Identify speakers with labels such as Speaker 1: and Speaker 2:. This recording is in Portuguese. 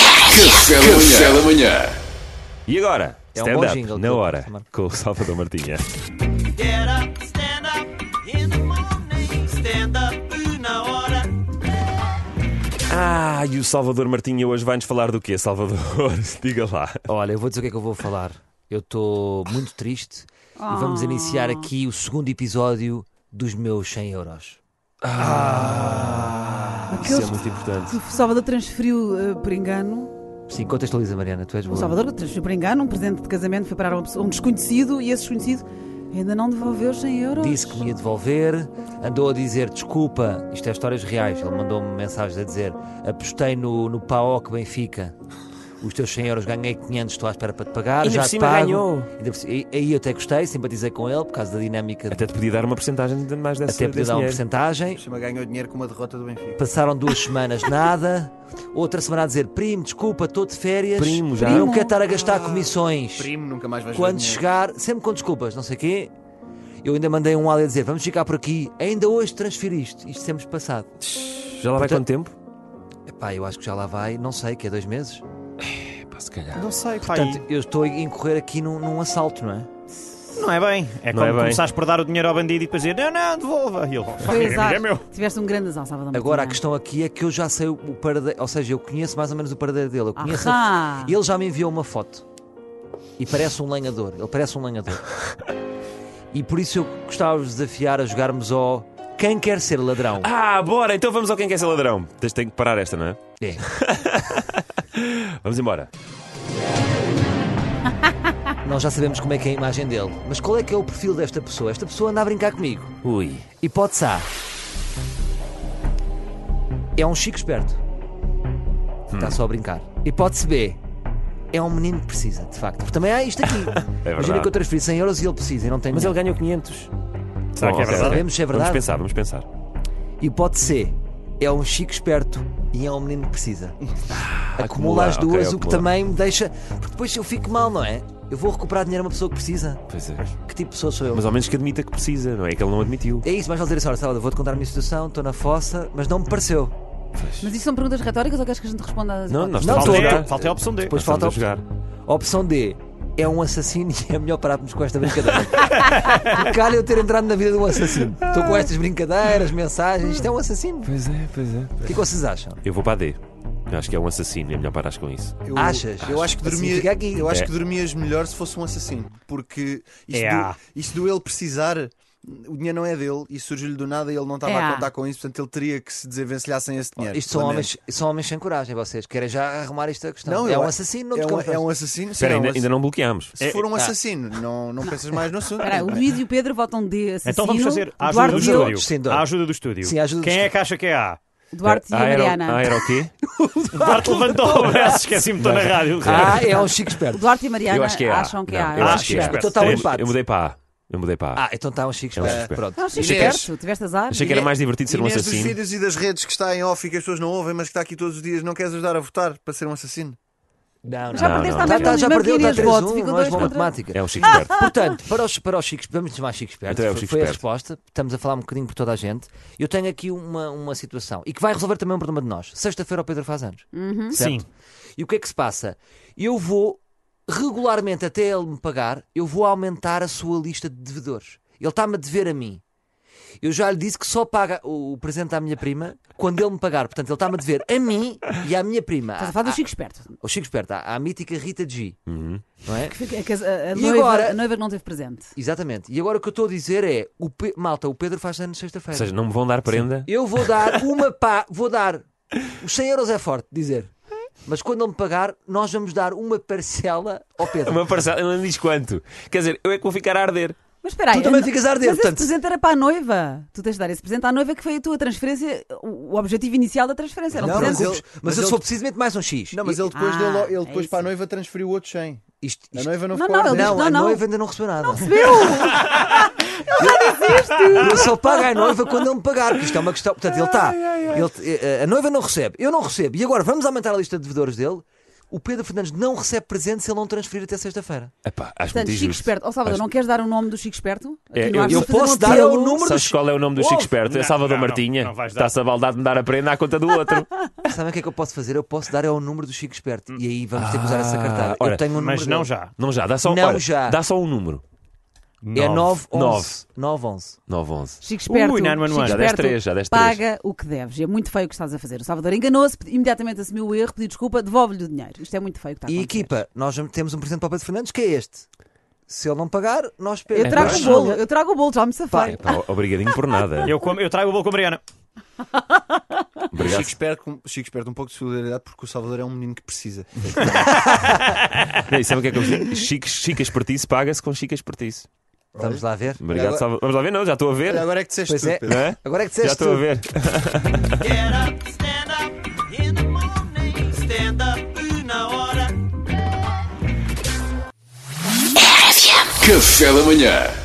Speaker 1: Café da Manhã.
Speaker 2: E agora,
Speaker 3: É um
Speaker 2: stand
Speaker 3: bom
Speaker 2: up,
Speaker 3: jingle,
Speaker 2: na
Speaker 3: tu,
Speaker 2: hora,
Speaker 3: Samara.
Speaker 2: com o Salvador Martinha.
Speaker 4: Get up, stand up in the morning. Stand up na hora.
Speaker 2: Ah, e o Salvador Martinha hoje vai-nos falar do quê, Salvador? Diga lá.
Speaker 3: Olha, eu vou dizer o que é que eu vou falar. Eu estou muito triste e vamos iniciar aqui o segundo episódio dos meus 100 euros.
Speaker 2: Isso é muito importante.
Speaker 5: O Salvador transferiu eh, por engano.
Speaker 3: Sim, contextualiza, Mariana, tu és
Speaker 5: O
Speaker 3: boa.
Speaker 5: Salvador transferiu por engano um presente de casamento foi para uma pessoa- um desconhecido e esse desconhecido ainda não devolveu os 100 euros.
Speaker 3: Disse que me ia devolver, andou a dizer desculpa, isto é histórias reais. Ele mandou-me mensagens a dizer: apostei no, no PAOC Benfica, os teus 100 euros ganhei 500, estou à espera para te pagar.
Speaker 6: Ainda
Speaker 3: já
Speaker 6: por
Speaker 3: te
Speaker 6: cima
Speaker 3: pago.
Speaker 6: ganhou.
Speaker 3: Ainda por ci- e- Aí eu até gostei, simpatizei com ele por causa da dinâmica,
Speaker 2: Até
Speaker 3: até,
Speaker 2: te podia dar uma porcentagem de mais dessa
Speaker 3: até poder
Speaker 2: desse
Speaker 3: dar uma
Speaker 2: dinheiro.
Speaker 3: porcentagem.
Speaker 7: Chama ganhou dinheiro com uma derrota do Benfica.
Speaker 3: Passaram duas semanas, nada. Outra semana a dizer: primo, desculpa, estou de férias.
Speaker 2: Primo, já.
Speaker 3: Não quero estar a gastar comissões.
Speaker 7: Primo, nunca mais vais
Speaker 3: Quando
Speaker 7: ver dinheiro.
Speaker 3: chegar, sempre com desculpas, não sei o quê. Eu ainda mandei um áudio a dizer: vamos ficar por aqui. Ainda hoje transferiste. Isto sempre passado.
Speaker 2: Já lá vai
Speaker 3: Portanto-
Speaker 2: quanto tempo?
Speaker 3: Epá, eu acho que já lá vai, não sei, que é dois meses.
Speaker 2: Pá, se calhar.
Speaker 6: Não sei, pá.
Speaker 3: Portanto, eu estou a incorrer aqui num, num assalto, não é?
Speaker 6: Não é bem. É
Speaker 2: Não
Speaker 6: como
Speaker 2: é bem.
Speaker 6: começares por dar o dinheiro ao bandido e depois dizer não, não, devolva. E ele, "Pá,
Speaker 5: Foi azar.
Speaker 6: é meu.
Speaker 5: Tiveste um grande azar, Salvador.
Speaker 3: Agora a
Speaker 5: Martinha.
Speaker 3: questão aqui é que eu já sei o o paradeiro, ou seja, eu conheço mais ou menos o paradeiro dele. Eu
Speaker 2: é
Speaker 3: conheço a-
Speaker 5: Ahá.
Speaker 3: Ele já me enviou uma foto e parece um lenhador. Ele parece um lenhador. E por isso eu gostava de vos desafiar a jogarmos ao Quem Quer Ser Ladrão.
Speaker 2: Ah, bora, então vamos ao Quem Quer Ser Ladrão. Tens tem que parar esta, não é?
Speaker 3: É.
Speaker 2: Vamos embora.
Speaker 3: Nós já sabemos como é que é a imagem dele, mas qual é que é o perfil desta pessoa? Esta pessoa anda a brincar comigo.
Speaker 2: Ui.
Speaker 3: Hipótese A. É um chico esperto.
Speaker 6: Hum.
Speaker 3: Está só a brincar. Hipótese B. É um menino que precisa, de facto. Porque também há isto aqui. Imagina
Speaker 2: verdade.
Speaker 3: que eu transferi 100 euros e ele precisa e não tem
Speaker 6: É Mas ele
Speaker 3: dinheiro.
Speaker 6: ganhou 500.
Speaker 2: Será
Speaker 6: Bom,
Speaker 2: que é
Speaker 6: ok,
Speaker 2: verdade?
Speaker 3: sabemos se é verdade.
Speaker 2: Vamos pensar, vamos pensar.
Speaker 3: Hipótese C. É um chico esperto e é um menino que precisa. Acumula as
Speaker 2: ok,
Speaker 3: duas, o que
Speaker 2: Ah, acumula.
Speaker 3: também me deixa. Porque depois eu fico mal, não é? Eu vou recuperar dinheiro a uma pessoa que precisa.
Speaker 2: Pois é.
Speaker 3: Que tipo de pessoa sou eu?
Speaker 2: Mas ao menos que admita que precisa, não é? Que ele não admitiu.
Speaker 3: É isso, mais vale dizer assim: olha, Salvador, vou-te contar a minha situação, estou na fossa, mas não me pareceu.
Speaker 5: Mas isso são perguntas retóricas ou queres que a gente responda às
Speaker 2: Não, nós
Speaker 5: hipóteses?
Speaker 2: estamos
Speaker 3: Não, estou
Speaker 2: a
Speaker 3: a-
Speaker 2: jogar.
Speaker 6: Falta a opção D.
Speaker 3: Depois
Speaker 2: Nós
Speaker 3: falta
Speaker 2: estamos a
Speaker 3: op- opção D. É um assassino e é melhor pararmos com esta brincadeira. Porque calha eu ter entrado na vida de um assassino. Estou com estas brincadeiras, mensagens. Isto é um assassino.
Speaker 2: Pois é, pois é.
Speaker 3: O que é que vocês acham?
Speaker 2: Eu vou para a D. Eu acho que é um assassino, é melhor parares com isso.
Speaker 7: Eu-
Speaker 3: Achas?
Speaker 7: Eu acho que
Speaker 3: Assim
Speaker 7: dormia.
Speaker 3: fica aqui.
Speaker 7: Eu acho
Speaker 2: É.
Speaker 7: que dormias melhor se fosse um assassino. Porque isto,
Speaker 6: É.
Speaker 7: do, isto do ele precisar. O dinheiro não é dele e surge-lhe do nada e ele não estava
Speaker 5: É.
Speaker 7: a contar com isso, portanto ele teria que se desenvencilhar sem esse dinheiro.
Speaker 3: Oh, Isto são
Speaker 7: Lamento.
Speaker 3: homens, são homens sem coragem, vocês. Querem já arrumar esta questão.
Speaker 7: Não,
Speaker 3: é
Speaker 7: eu
Speaker 3: um
Speaker 7: a-
Speaker 3: assassino, não
Speaker 7: É
Speaker 3: te
Speaker 7: um,
Speaker 3: confesso.
Speaker 7: é um assassino. sim,
Speaker 2: Espera,
Speaker 7: é um
Speaker 2: ainda,
Speaker 7: ass-
Speaker 2: ainda não bloqueamos.
Speaker 7: Se
Speaker 2: É-
Speaker 7: for um
Speaker 3: ah.
Speaker 7: assassino, não, não pensas mais no assunto.
Speaker 5: Espera aí, o Luís e o Pedro votam D. Assassino.
Speaker 6: Então vamos fazer a ajuda
Speaker 5: Eduardo e
Speaker 6: do
Speaker 5: eu.
Speaker 3: Diogo,
Speaker 6: estúdio.
Speaker 3: sim, Diogo.
Speaker 6: A ajuda do estúdio.
Speaker 3: Sim, a ajuda do
Speaker 6: Quem é
Speaker 3: estúdio.
Speaker 6: que acha que é A?
Speaker 5: Duarte e a
Speaker 2: Ah, era,
Speaker 5: Mariana.
Speaker 2: ah, era o quê?
Speaker 6: Duarte levantou o braço, esqueci-me, estou na rádio.
Speaker 3: Ah, é um chico esperto.
Speaker 5: Duarte e a Mariana
Speaker 2: Eu acho que é A.
Speaker 5: acham que é
Speaker 2: Não,
Speaker 5: A.
Speaker 2: eu
Speaker 6: Ah,
Speaker 2: acho que é A.
Speaker 6: esperto.
Speaker 3: Então está um
Speaker 2: Eu-
Speaker 3: empate.
Speaker 2: Eu mudei para A. Eu mudei para A.
Speaker 3: Ah, então está um chico
Speaker 2: É um
Speaker 3: esperto.
Speaker 2: chico
Speaker 3: Pronto.
Speaker 5: Ah, achei
Speaker 7: Inês.
Speaker 5: esperto, tiveste azar.
Speaker 2: Achei que era
Speaker 7: Inês-
Speaker 2: mais divertido ser um
Speaker 7: Inês dos
Speaker 2: assassino.
Speaker 7: sítios e das redes que está em off e que as pessoas não ouvem, mas que está aqui todos os dias, não queres ajudar a votar para ser um assassino?
Speaker 3: Não, não, não, Tá,
Speaker 5: Já perdeste
Speaker 2: não.
Speaker 5: a
Speaker 2: Já
Speaker 5: meta,
Speaker 2: está-
Speaker 5: mas
Speaker 3: já
Speaker 5: mesmo que
Speaker 3: perdeu, um, está
Speaker 5: irias votos,
Speaker 3: 3-1,
Speaker 5: ficam
Speaker 3: não és
Speaker 5: dois
Speaker 3: boa
Speaker 5: contra...
Speaker 3: matemática.
Speaker 2: um, É um chico esperto.
Speaker 3: Portanto, para os, para os Chicos, vamos chamar Chicos Espertos,
Speaker 2: Então é o
Speaker 3: foi,
Speaker 2: Chico
Speaker 3: foi a
Speaker 2: Esperto.
Speaker 3: resposta, estamos a falar um bocadinho por toda a gente. Eu tenho aqui uma, uma situação e que vai resolver também um problema de nós. Sexta-feira o Pedro faz anos.
Speaker 6: Sim.
Speaker 3: E o que é que se passa? Eu vou regularmente, até ele me pagar, eu vou aumentar a sua lista de devedores. Ele está-me a dever a mim. Eu já lhe disse que só paga o o presente à minha prima quando ele me pagar. Portanto, ele está-me a dever a mim e à minha prima.
Speaker 5: Estás a
Speaker 3: À-
Speaker 5: falar do
Speaker 3: à-
Speaker 5: Chico Esperto.
Speaker 3: Ao Chico Esperto, à, à mítica Rita G.
Speaker 2: Uhum.
Speaker 3: Não é?
Speaker 5: Que- que A, a,
Speaker 3: E
Speaker 5: noiva,
Speaker 3: agora?
Speaker 5: a noiva que não teve presente.
Speaker 3: Exatamente. E agora o que eu estou a dizer é: o Pe- malta, o Pedro faz anos sexta-feira.
Speaker 2: Ou seja, não me vão dar prenda.
Speaker 3: Eu vou dar uma pá, vou dar. Os 100 euros é forte, dizer. Mas quando ele me pagar, nós vamos dar uma parcela ao Pedro.
Speaker 2: Uma parcela, ele não diz quanto. Quer dizer, eu é que vou ficar a arder.
Speaker 5: Mas espera aí.
Speaker 3: Tu também
Speaker 5: eu-
Speaker 3: ficas a arder,
Speaker 5: Mas
Speaker 3: portanto.
Speaker 5: esse presente era para a noiva. Tu tens de dar esse presente à noiva que foi a tua transferência, o o objetivo inicial da transferência. Era um
Speaker 7: Não, mas
Speaker 5: presente.
Speaker 3: Mas,
Speaker 7: ele-
Speaker 3: mas,
Speaker 7: mas
Speaker 3: eu
Speaker 7: ele-
Speaker 3: sou precisamente mais um X.
Speaker 7: Não, mas
Speaker 3: E-
Speaker 7: ele depois,
Speaker 5: Ah,
Speaker 7: deu lo- ele
Speaker 5: é
Speaker 7: depois
Speaker 5: isso.
Speaker 7: para a noiva transferiu outro 100.
Speaker 3: isto-
Speaker 7: A
Speaker 3: isto-
Speaker 7: noiva não é
Speaker 5: Não,
Speaker 7: ficou
Speaker 5: não,
Speaker 7: a
Speaker 5: ele
Speaker 7: arder.
Speaker 3: não,
Speaker 5: Não,
Speaker 3: a
Speaker 5: não.
Speaker 3: noiva ainda não recebeu nada.
Speaker 5: Percebeu?
Speaker 3: Eu só pago à noiva quando ele me pagar. porque Isto é uma questão. Portanto, ele está. ele- eh, a noiva não recebe, eu não recebo. E agora vamos aumentar a lista de devedores dele. o Pedro Fernandes não recebe presente se ele não transferir até sexta-feira.
Speaker 2: Epá, acho
Speaker 5: Portanto,
Speaker 2: muito
Speaker 5: Chico
Speaker 2: injusto.
Speaker 5: Esperto. Ó Salvador,
Speaker 2: Acho-
Speaker 5: não queres dar o nome do Chico Esperto?
Speaker 2: É,
Speaker 5: Aqui não há
Speaker 2: eu-
Speaker 5: de
Speaker 2: eu
Speaker 5: fazer
Speaker 3: posso
Speaker 5: um
Speaker 3: dar
Speaker 5: apelo.
Speaker 3: o número
Speaker 2: Sabes
Speaker 3: do
Speaker 2: qual é o nome do Chico
Speaker 3: Ouve.
Speaker 2: Esperto? É
Speaker 6: Não,
Speaker 2: Salvador
Speaker 6: não, não,
Speaker 2: Martinha.
Speaker 6: não vais dar.
Speaker 2: Está-se a baldade de me dar a prenda à conta do outro.
Speaker 3: Sabem o que é que eu posso fazer? Eu posso dar é o número do Chico Esperto. E aí vamos ter que usar essa
Speaker 2: Ah,
Speaker 3: cartada.
Speaker 2: ora,
Speaker 3: eu tenho um
Speaker 6: Mas
Speaker 3: número
Speaker 6: não
Speaker 3: dele.
Speaker 6: já.
Speaker 2: Não já, dá só,
Speaker 3: Não
Speaker 2: olha,
Speaker 3: já.
Speaker 2: Dá só um número.
Speaker 3: É 9
Speaker 2: Nove.
Speaker 3: 11 9 11
Speaker 2: 9, 11.
Speaker 5: Chico Esperto,
Speaker 6: Ui, não, não, não.
Speaker 5: Chico
Speaker 6: Já
Speaker 2: deste
Speaker 5: Esperto,
Speaker 2: três, já deste três.
Speaker 5: paga o que deves. E é muito feio o que estás a fazer. O Salvador enganou-se, pedi- imediatamente assumiu o erro, pediu desculpa, devolve-lhe o dinheiro. Isto é muito feio o que está a
Speaker 3: E
Speaker 5: acontecer.
Speaker 3: equipa, nós já temos um presente para o Pedro Fernandes que é este. Se ele não pagar, nós
Speaker 5: Eu
Speaker 3: perdemos.
Speaker 5: trago o
Speaker 2: Pois.
Speaker 5: bolo, eu trago o bolo, já me safei.
Speaker 2: Epá, Obrigadinho por nada.
Speaker 6: Eu, como- eu trago o bolo com a Briana.
Speaker 2: Obrigado.
Speaker 7: Chico esperto, com- Chico esperto um pouco de solidariedade porque o Salvador é um menino que precisa.
Speaker 2: Não, e sabe o que é que eu digo? Chique, chique expertise paga-se com chique expertise.
Speaker 3: Vamos lá ver.
Speaker 2: Obrigado,
Speaker 7: Agora-
Speaker 2: Salvador. Vamos lá ver? Não, já estou a ver.
Speaker 7: Olha, agora é que disseste
Speaker 3: Pois
Speaker 7: tudo,
Speaker 3: é.
Speaker 7: Pedro.
Speaker 2: Hã?
Speaker 3: Agora é que
Speaker 2: Já
Speaker 3: disseste
Speaker 2: estou a
Speaker 3: tudo.
Speaker 2: ver.
Speaker 4: Get up, stand up in the morning. Stand up, una hora.
Speaker 1: Café da manhã.